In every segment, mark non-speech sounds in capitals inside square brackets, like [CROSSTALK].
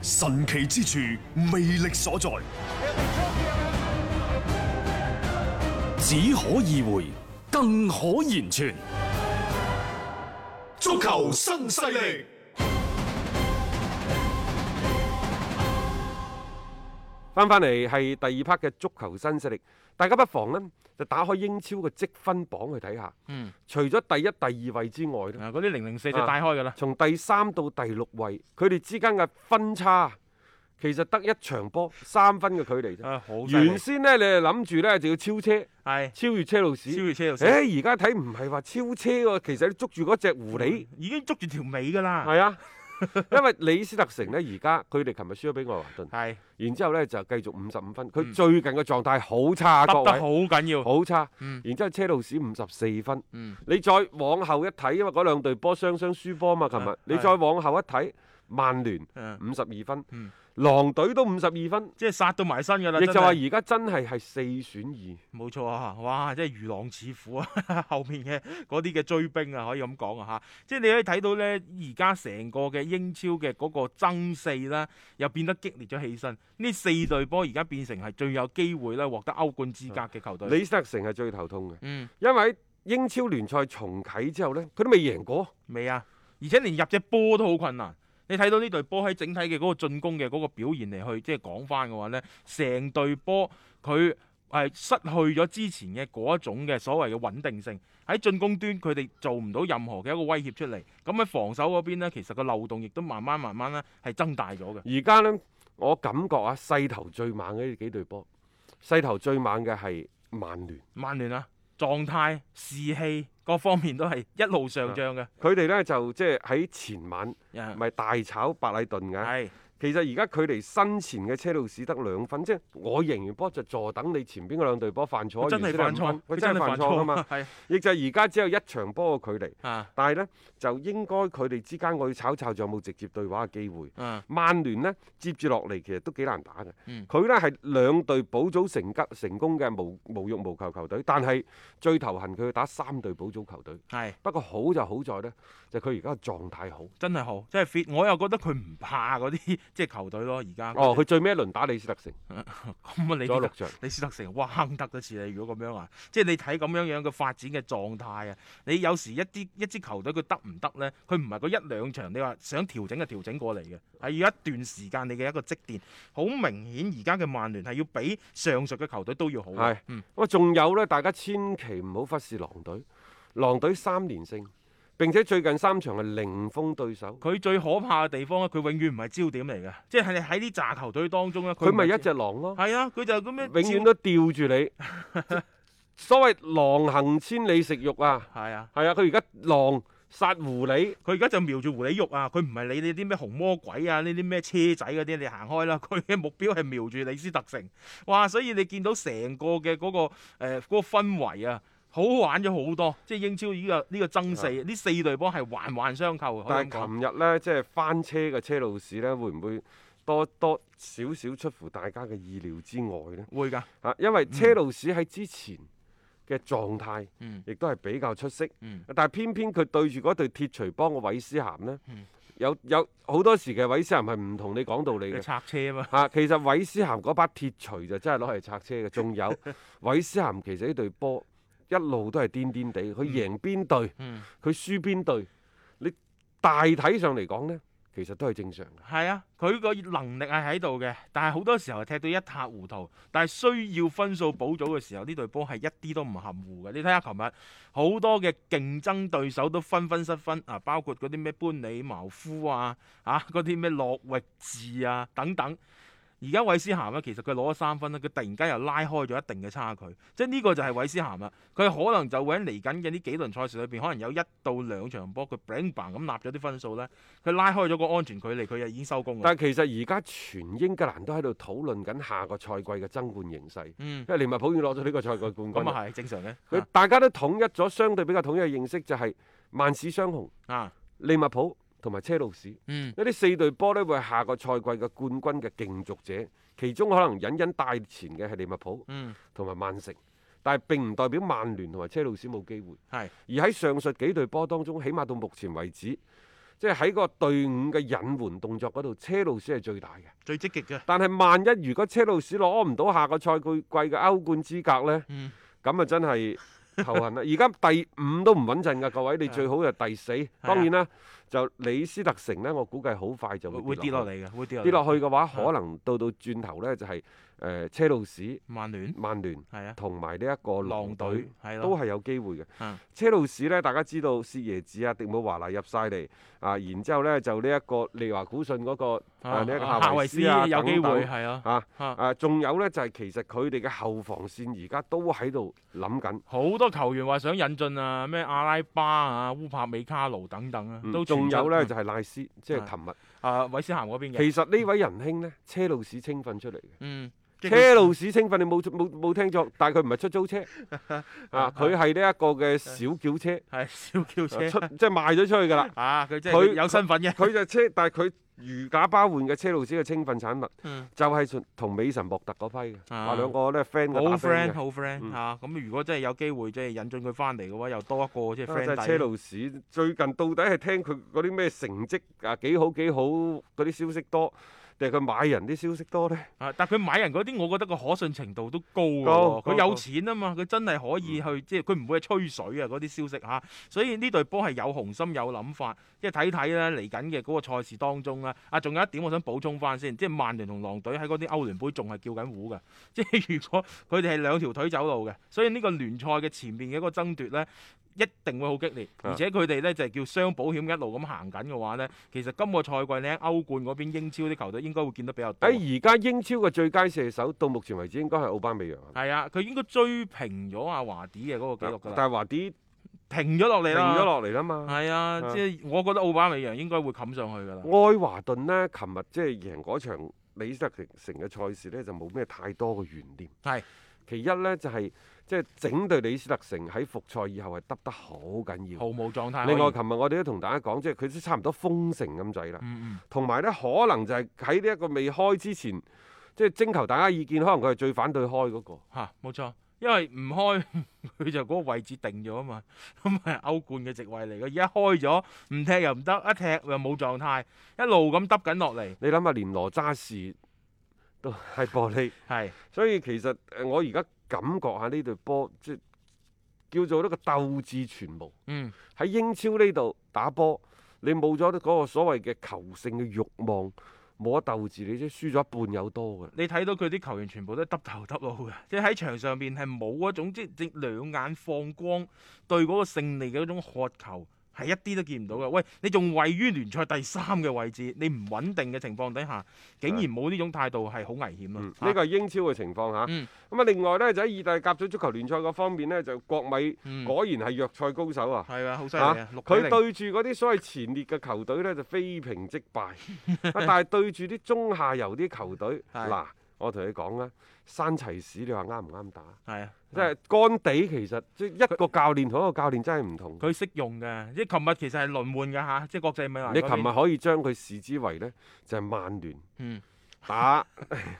神奇之處，魅力所在，只可意會，更可言傳。足球新勢力。翻翻嚟係第二 part 嘅足球新勢力，大家不妨呢就打開英超嘅積分榜去睇下。嗯，除咗第一、第二位之外呢，啊嗰啲零零四就帶開㗎啦。從第三到第六位，佢哋之間嘅分差其實得一場波三分嘅距離啫。啊，好犀利原先呢，你係諗住呢就要超車，係超越車路士。超越車路士誒，而家睇唔係話超車喎，其實你捉住嗰隻狐狸。已經捉住條尾㗎啦。係 [LAUGHS] 啊，因為李斯特城呢，而家佢哋琴日輸咗俾愛華頓。係然之後呢，就繼續五十五分，佢嗯最近嘅狀態好差，各揼得好位緊要。好差。嗯然之後車路士五十四分，嗯你再往後一睇，因為嗰兩隊波雙雙輸波嘛，琴日啊你係再往後一睇，曼聯嗯五十二分嗯，狼隊都五十二分，即係殺到埋身㗎啦。亦真就話係而家真係係四選冇錯啊！哇，即係如狼似虎啊！ [LAUGHS] 後面嘅嗰啲嘅追兵啊，可以咁講啊嚇。即係你可以睇到呢，而家成個嘅英超嘅嗰個爭四啦，又變得激烈咗起身。呢四隊波而家變成係最有機會咧獲得歐冠資格嘅球二，隊。李斯特城係最頭痛嘅，嗯，因為喺英超聯賽重啟之後呢，佢都未贏過。未啊，而且連入隻波都好困難。你睇到呢隊波喺整體嘅嗰個進攻嘅嗰個表現嚟去，即係講翻嘅話呢，成隊波佢係失去咗之前嘅嗰一種嘅所謂嘅穩定性。喺進攻端佢哋做唔到任何嘅一個威脅出嚟，咁喺防守嗰邊呢，其實個漏洞亦都慢慢慢慢咧係增大咗嘅。而家呢，我感覺啊，勢頭最猛嘅呢幾隊波，勢頭最猛嘅係曼聯。曼聯啊，狀態、士氣各方面都係一路上漲嘅。佢哋呢就即係喺前晚啊咪大炒白禮頓嘅。係其實而家距離身前嘅車路士得兩分，即係我贏完波就坐等你前邊嗰兩隊波犯錯。佢真係原先犯係五錯，分佢佢真係犯錯㗎嘛。係亦就係而家只有一場波嘅距離，啊但係呢，就應該佢哋之間我要炒炒，仲有冇直接對話嘅機會？啊曼聯呢，接住落嚟其實都幾難打嘅，佢、嗯呢係兩隊保組成吉成功嘅無無欲無求球隊，但係最頭痕佢要打三隊保組球隊。係。不過好就好在呢，就佢而家嘅狀態好。真係好，真係 fit。我又覺得佢唔怕嗰啲 [LAUGHS] 即係球隊咯，而家哦，佢最尾一輪打李斯特城，咁啊，你咗六特場。你斯特城哇坑得嘅事你，如果咁樣啊，即係你睇咁樣樣嘅發展嘅狀態啊，你有時一啲一支球隊佢得唔得呢？佢唔係嗰一兩場，你話想調整就調整過嚟嘅，係要一段時間你嘅一個積澱。好明顯，而家嘅曼聯係要比上述嘅球隊都要好嘅。係嗯，咁啊仲有呢，大家千祈唔好忽視狼隊，狼隊三連勝，並且最近三場係零封對手。佢最可怕嘅地方咧，佢永遠唔係焦點嚟嘅，即係你喺呢扎球隊當中咧，佢咪唔係一隻狼咯，係啊，佢就咁樣永遠都吊住你。 [LAUGHS] 所謂狼行千里食肉啊！係啊。係啊，佢而家狼殺狐狸，佢而家就瞄住狐狸肉啊！佢唔係理你啲咩紅魔鬼啊，呢啲咩車仔嗰啲，你行開啦。 [LAUGHS] 佢嘅目標係瞄住李斯特城。哇！所以你見到成個嘅嗰、個呃誒嗰、個氛圍啊，好好玩咗好多。即係英超呢、個呢、個爭四，呢四隊波係環環相扣嘅。可以啊但咁係講琴日呢，即係翻車嘅車路士呢，會唔會多多少少出乎大家嘅意料之外呢？會㗎，啊，因為車路士喺之前嘅狀態嗯亦都係比較出色，嗯但係偏偏佢對住嗰隊鐵錘幫嘅韋斯咸呢，嗯有有好多時嘅韋斯咸係唔同你講道理佢嘅。拆車啊嘛，啊，其實韋斯咸嗰把鐵錘就真係攞嚟拆車嘅，仲 [LAUGHS] 有韋斯咸其實呢隊波一路都係癲癲地，佢贏邊隊，嗯佢輸邊隊，你大體上嚟講呢，其實都係正常嘅。係啊，佢個能力係喺度嘅，但係好多時候踢到一塌糊塗。但係需要分數補組嘅時候，呢隊波係一啲都唔含糊嘅。你睇下琴日好多嘅競爭對手都紛紛失分啊，包括嗰啲咩班里茅夫啊、啊 [LAUGHS] 嗰啲咩諾域治啊等等。而家韋斯咸啊咧，其實佢攞咗三分咧，佢突然間又拉開咗一定嘅差距，即係呢個就係韋斯咸啦。佢可能就會喺嚟緊嘅呢幾輪賽事裏邊，可能有一到兩場波，佢 bang bang 咁立咗啲分數咧，佢拉開咗個安全距離，佢就已經收工啦。但係其實而家全英格蘭都喺度討論緊下個賽季嘅爭冠形勢，嗯因，為利物浦已經攞咗呢個賽季冠軍咁啦。啊係正常嘅。佢大家都統一咗相對比較統一嘅認識，就係萬市雙雄、啊，利物浦同埋車路士呢嗯，啲四隊波呢，會係下個賽季嘅冠軍嘅競逐者，其中可能隱隱帶前嘅係利物浦嗯，同埋曼城，但係並唔代表曼聯同埋車路士冇機會。嗯係，而喺上述幾隊波當中，起碼到目前為止，即係喺個隊伍嘅引援動作嗰度，車路士係最大嘅。最積極嘅。但係萬一如果車路士攞唔到下個賽季嘅歐冠資格呢，嗯咁啊真 [LAUGHS] 係頭痕啦！而家第五都唔穩陣㗎，各位你最好就第四。啊當然啦，就李斯特城呢，我估計好快就會會會跌落嚟。嚟啊嘅，會跌跌落去。去嘅話，可能到到轉頭呢，就係、誒、呃車路士、曼聯曼聯係啊，同埋呢一個狼狼隊隊。係都咯，係有機會嘅嗯。車路士呢，大家知道，薛耶子啊、迪姆華拿入晒嚟啊，然之後呢，就呢一個利華古信嗰、個啊呢一個啊夏維斯啊有機等等會係啊，啊啊啊，仲有呢，就係、其實佢哋嘅後防線而家都喺度諗緊，好多球員話想引進啊，咩阿拉巴啊、烏帕美卡奴等等啊，嗯都仲有呢，傳出就係、賴斯，即係啊琴日。啊韋斯咸嗰邊嘅，其實呢位仁兄呢，車路士青訓出嚟嘅，嗯，即係佢車路士青訓你冇冇冇聽錯，但係佢唔係出租 [LAUGHS] 車啊，佢係呢一個嘅小轎車，係小轎啊車出即係賣咗出去㗎啦。啊，佢即佢係有身份嘅，佢就車，但係佢如假包換嘅車路士嘅青訓產物，嗯就係純同美神莫特嗰批嘅，啊話兩個咧 friend 好嘅打 friend friend 嘅。好 friend 嗯嚇。咁如果真係有機會即係引進佢翻嚟嘅話，又多一個即係啊真 friend 係底車路士最近到底係聽佢嗰啲咩成績啊幾好幾好嗰啲消息多，定係佢買人啲消息多呢？啊！但佢買人嗰啲，我覺得個可信程度都高㗎高喎佢高嗯有錢啊嘛，佢真係可以去，即係佢唔會係吹水啊嗰啲消息嚇、所以呢隊波係有雄心有諗法，即係睇睇啦嚟緊嘅嗰個賽事當中啦。啊，仲有一點我想補充翻先，即係曼聯同狼隊喺嗰啲歐聯杯仲係叫緊糊嘅， [LAUGHS] 即係如果佢哋係兩條腿走路嘅，所以呢個聯賽嘅前面嘅一個爭奪呢。一定會好激烈，啊而且佢哋呢就係叫雙保險一路咁行緊嘅話呢，其實今個賽季呢，歐冠嗰邊英超啲球隊應該會見得比較多。哎喺而家英超嘅最佳射手到目前為止應該係奧巴美揚。係啊，佢應該追平咗阿華迪嘅嗰個記錄㗎啦，但係華啲停咗落嚟停啦，咗落嚟啦嘛。係啊，啊即係我覺得奧巴美揚應該會冚上去㗎啦。愛華頓呢，琴日即係贏嗰場李斯特城嘅賽事呢，就冇咩太多嘅懸念。係其一呢，就係即係整隊李斯特城喺復賽以後係得得好緊要毫。無狀啊態可以。另外，琴日我哋都同大家講，即係佢都差唔多封城咁滯啦。嗯，嗯同埋呢，可能就係喺呢一個未開之前，即係徵求大家意見，可能佢係最反對開嗰、個。嚇冇錯，因為唔開 [LAUGHS] 佢就嗰個位置定咗啊嘛， [LAUGHS] 咁係歐冠嘅席位嚟嘅。而家開咗唔踢又唔得，一踢又冇狀態，一路咁耷緊落嚟，你諗下，連羅渣士都係玻 [LAUGHS] 璃，係所以其實誒，我而家感覺下呢隊波，即係叫做呢個鬥志全無。嗯喺英超呢度打波，你冇咗嗰個所謂嘅求勝嘅慾望，冇得鬥志，你即係輸咗一半有多嘅。你睇到佢啲球員全部都係耷頭耷腦嘅， [LAUGHS] 即係喺場上面係冇嗰種即係兩眼放光對嗰個勝利嘅嗰種渴求。係一啲都見唔到嗯嘅，喂！你仲位於聯賽第三嘅位置，你唔穩定嘅情況底下，竟然冇呢種態度係好危險咯。嗯嚇呢個係英超嘅情況嚇。啊嗯咁啊，另外呢，就喺意大利甲組足球聯賽嗰方面呢，就國米嗯果然係弱賽高手啊！係啊，好犀利啊啊！六！比佢零對住嗰啲所謂前列嘅球隊呢，就非平即 [LAUGHS] 敗，啊但係對住啲中下游啲球隊，係嗱，我同你講啦，山齊士你話啱唔啱打？係啊，即係乾地其實即係一個教練同一個教練真係唔同。佢識用嘅，即係琴日其實係輪換嘅嚇，即係國際米蘭你嗰琴邊日可以將佢視之為呢，就係曼聯嗯打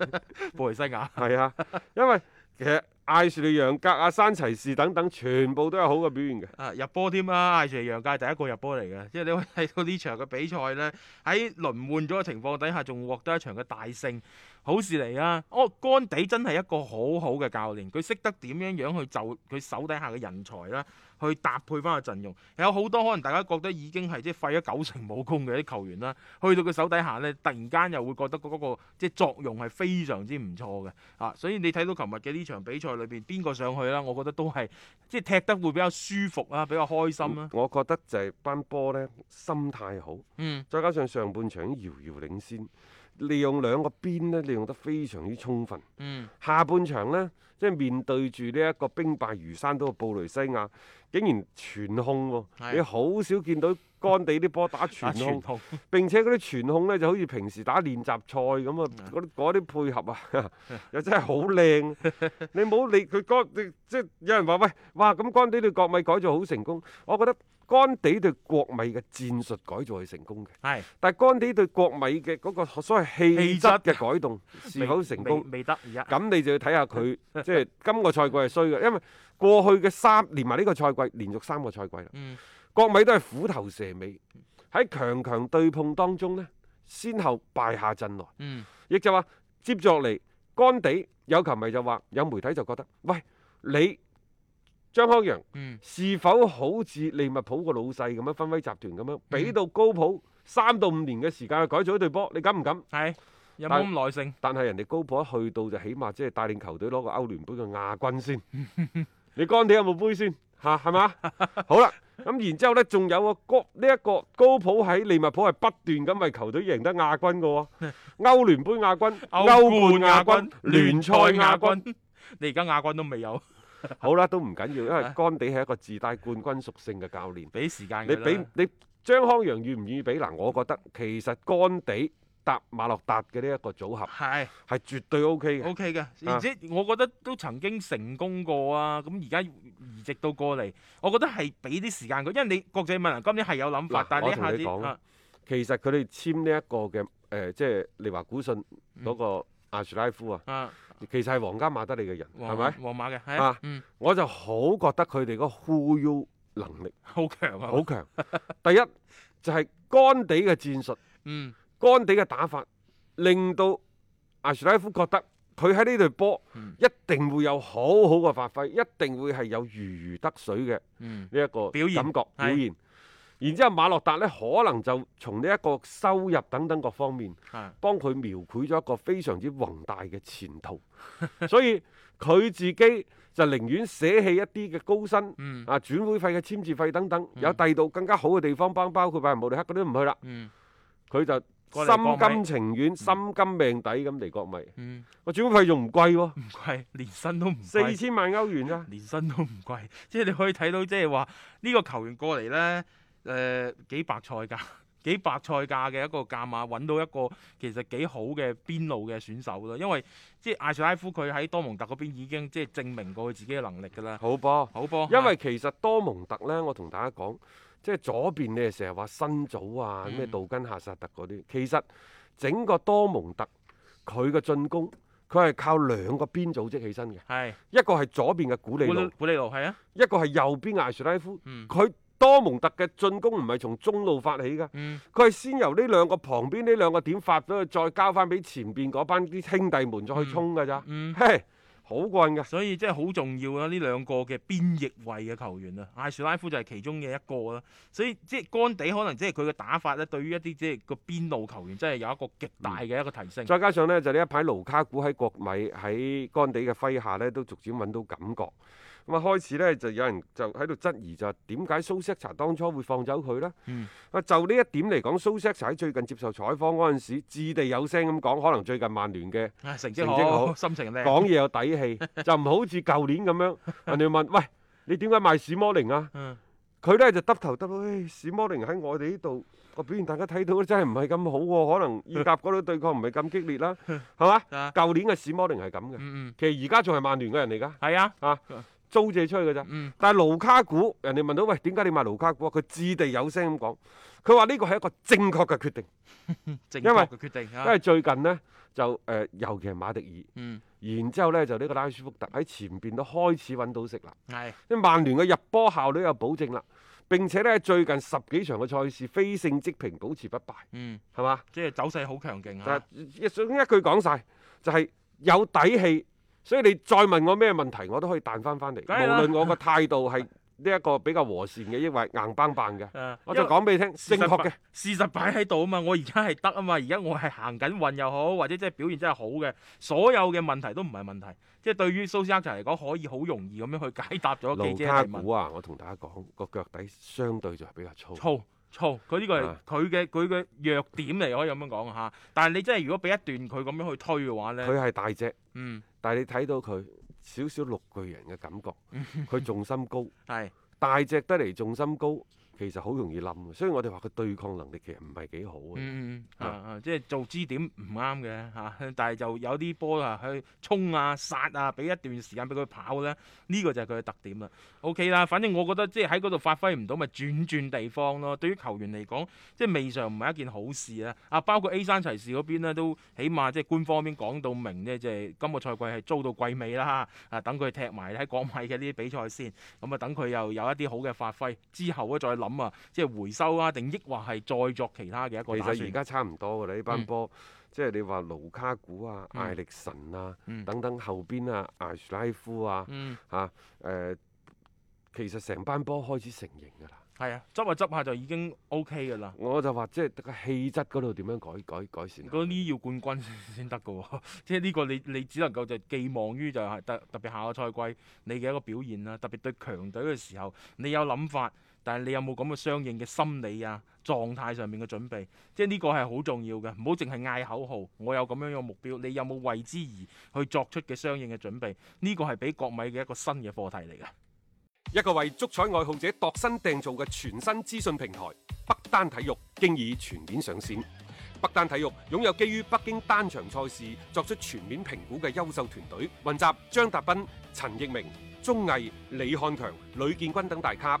[LAUGHS] 布雷西亞係啊，因為其實艾樹利、楊格啊、山齊士等等，全部都有好嘅表現嘅。啊入波添啦，艾瑞揚界第一個入波嚟嘅，即係你可以睇到呢場嘅比賽呢，喺輪換咗嘅情況底下，仲獲得一場嘅大勝。好事嚟啊！哦，干地真係一個好好嘅教練，佢識得點樣樣去就佢手底下嘅人才啦，去搭配翻個陣容。有好多可能大家覺得已經係即係廢咗九成武功嘅啲球員啦，去到佢手底下呢，突然間又會覺得嗰、個即係作用係非常之唔錯嘅啊！所以你睇到琴日嘅呢場比賽裏邊，邊個上去啦？我覺得都係即係踢得會比較舒服啦，比較開心啊啦。嗯我覺得就係班波呢，心態好，嗯，再加上上半場已經遙遙領先，利用兩個邊呢，利用得非常之充分。嗯，下半場呢，即係面對住呢一個兵敗如山倒嘅布雷西亞，竟然全控喎、係啊你好少見到干地啲波打全打控傳，統並且嗰啲傳控呢就好似平時打練習賽咁啊，嗰啲嗰啲配合 [LAUGHS] 啊，又真係好靚。你冇理佢干地，即係有人話喂，哇咁干地對國米改造好成功，我覺得干地對國米嘅戰術改造係成功嘅，係但係干地對國米嘅嗰個所謂氣氣質質嘅改動是否未成功未？未得而家。咁你就要睇下佢，即係今個賽季係衰嘅，因為過去嘅三連埋呢個賽季，連續三個賽季啦，嗯國米都係虎頭蛇尾，喺強強對碰當中呢，先後敗下陣來，嗯，亦就話接住落嚟，干地有球迷就話，有媒體就覺得，喂，你張康陽嗯，是否好似利物浦個老細咁樣，分威集團咁樣，俾到高普三到五年嘅時間去改造呢隊波，你敢唔敢？係有但冇咁耐性？但係人哋高普一去到就起碼即係帶領球隊攞個歐聯杯嘅亞軍先。你干地有冇杯先？嚇 [LAUGHS] 係嘛？好啦，咁然之後呢，仲有個高呢一、個高普喺利物浦係不斷咁為球隊贏得亞軍 [LAUGHS] 嘅喎，歐聯杯亞軍、歐冠亞軍、聯賽亞軍。， [LAUGHS] 你而家亞軍都未有，好啦，都唔緊要，因為干地係一個自帶冠軍屬性嘅教練。俾時間你佢啦俾你張康陽願唔願意俾？嗱，我覺得其實干地搭馬洛達嘅呢一個組合係係啊絕對 OK 嘅。 OK 嘅，而且我覺得都曾經成功過啊。咁而家移植到過嚟，我覺得係俾啲時間佢，因為你國際米蘭今年係有諗法嗱，但係我同呢一你下講子啊其實佢哋簽呢一個嘅誒、呃即係利華古信嗰個阿舒拉夫啊，嗯啊，其實係皇家馬德里嘅人，係皇咪？皇馬嘅係啊嗯，我就好覺得佢哋嗰個忽悠能力好強啊，好強。第一就係、干地嘅戰術，嗯，干地嘅打法，令到阿舒拉夫覺得佢喺呢隊波嗯一定會有好好嘅發揮，一定會係有如魚得水嘅。嗯，呢一個表現感覺係表現。然之後，馬洛達呢，可能就從呢一個收入等等各方面，係幫佢描繪咗一個非常之宏大嘅前 [LAUGHS] 途。所以佢自己就寧願捨棄一啲嘅高薪、嗯啊轉會費嘅簽字費等等，有第二度更加好嘅地方，包包括拜仁慕尼黑嗰啲都唔去啦。嗯佢就過嚟嗯國心米甘情願、心甘命抵咁嚟國米。嗯，個轉會費仲唔貴喎、唔貴，連身都唔貴四。千萬歐元啊！年薪都唔貴，即係你可以睇到，即係話呢個球員過嚟呢，誒、幾白菜價， [LAUGHS] 幾白菜價嘅一個價碼揾到一個其實幾好嘅邊路嘅選手啦。因為即係艾瑞拉夫佢喺多蒙特嗰邊已經即係證明過佢自己嘅能力㗎啦，好波。好波。因為其實多蒙特呢，我同大家講，即係左邊你係成日話新組啊，咩嗯杜根夏薩特嗰啲，其實整個多蒙特佢嘅進攻，佢係靠兩個邊組織起身嘅，係一個係左邊嘅古里古路里，古利路係啊，一個係右邊艾樹拉夫。嗯佢多蒙特嘅進攻唔係從中路發起㗎，嗯佢係先由呢兩個旁邊呢兩個點發咗，再交翻俾前邊嗰班啲兄弟們再去衝㗎咋。嗯。嘿，好棍㗎！所以即係好重要啊啦，呢兩個嘅邊翼位嘅球員啊，艾樹拉夫就係其中嘅一個啦。所以即係干地可能即係佢嘅打法啊咧，對於一啲即係個邊路球員真係有一個極大嘅一個提升。嗯再加上呢，就呢一排盧卡古喺國米喺干地嘅麾下呢，都逐漸揾到感覺。咁啊，開始呢，就有人就喺度質疑就係點解蘇斯查當初會放走佢呢？嗯啊，就呢一點嚟講，蘇斯查喺最近接受採訪嗰陣時，掷地有聲咁講，可能最近曼聯嘅啊，成績績好，好心情靚，講嘢有底氣，就唔好似舊年咁樣，人哋問喂你點解賣史摩寧啊？嗯，佢呢就耷頭耷腦，唉，史摩寧喺我哋呢度個表現，大家睇到真係唔係咁好喎、 [LAUGHS] 可能意甲嗰度對抗唔係咁激烈啦，係嘛？啊，舊年嘅史摩寧係咁嘅，嗯嗯，其實而家仲係曼聯嘅人嚟㗎，係啊，租借出去㗎咋。嗯但係盧卡古，人哋問到喂點解你賣盧卡古啊？佢掷地有聲咁講，佢話呢個係一個正確嘅決定，正因為確嘅決定因啊，為最近呢，就誒、呃尤其係馬迪嗯，爾，然之後呢，就呢個拉舒福特喺前邊都開始揾到食啦，係，即係曼聯嘅入波效率有保證啦。並且呢，最近十幾場嘅賽事非勝即平，保持不敗，嗯，係嘛？即係走勢好強勁但啊，係一一句講晒，就係有底氣。所以你再問我咩問題，我都可以彈翻翻嚟。梗係啦無論我個態度係呢一個比較和善嘅，抑或硬邦邦嘅，誒我就講俾你聽，正確嘅。事實擺喺度啊嘛，我而家係得啊嘛，而家我係行緊運又好，或者即係表現真係好嘅，所有嘅問題都唔係問題，即係對於蘇斯克查嚟講，可以好容易咁樣去解答咗記盧者卡嘅提問古。啊，我同大家講個腳底相對就係比較粗。粗粗，佢呢啊個係佢嘅佢嘅弱點嚟，可以咁樣講嚇。但係你真係如果俾一段佢咁樣去推嘅話咧，佢係大隻，嗯但係你睇到佢少少綠巨人嘅感覺，嗯佢重心高，係大隻得嚟重心高，其實好容易冧嘅。所以我哋話佢對抗能力其實唔係幾好嘅。嗯嗯啊啊啊，即係做支點唔啱嘅嚇， [LAUGHS] 但係就有啲波啊去衝啊殺啊，俾一段時間俾佢跑咧，呢、個就係佢嘅特點啦。OK 啦，反正我覺得即係喺嗰度發揮唔到，咪轉轉地方咯。對於球員嚟講，即係未嘗唔係一件好事啊！啊，包括 A 山齊士嗰邊咧，都起碼即係官方嗰邊講到明呢，即係今個賽季係租到季尾啦。啊，等佢踢埋喺國米嘅呢啲比賽先，咁啊等佢又有一啲好嘅發揮之後咧，再諗啊，即係回收啊，定抑或係再作其他嘅一其個打實而算。家差唔多㗎啦，呢班嗯波。即係你話盧卡古啊、嗯艾力神啊、嗯等等後邊啊、艾舒拉夫啊，嗯，嚇誒、其實成班波開始成型㗎啦。係啊，執下執下就已經 OK 噶啦。我就話即係個氣質嗰度點樣改改改善下？嗰啲要冠軍先得㗎喎， [LAUGHS] 即係呢個你你只能夠就寄望於就係特特別下個賽季你嘅一個表現啦，特別對強隊嘅時候，你有諗法，但係你有冇咁嘅相應嘅心理啊、狀態上面嘅準備，即係呢個係好重要嘅，唔好淨係嗌口號，我有咁樣嘅目標，你有冇為之而去作出嘅相應嘅準備？呢個係俾國米嘅一個新嘅課題嚟嘅。一個為足彩愛好者度身訂造嘅全新資訊平台北單體育，經已全面上線。北單體育擁有基於北京單場賽事作出全面評估嘅優秀團隊，雲集張達斌、陳奕明、鐘毅、李漢強、呂建軍等大咖，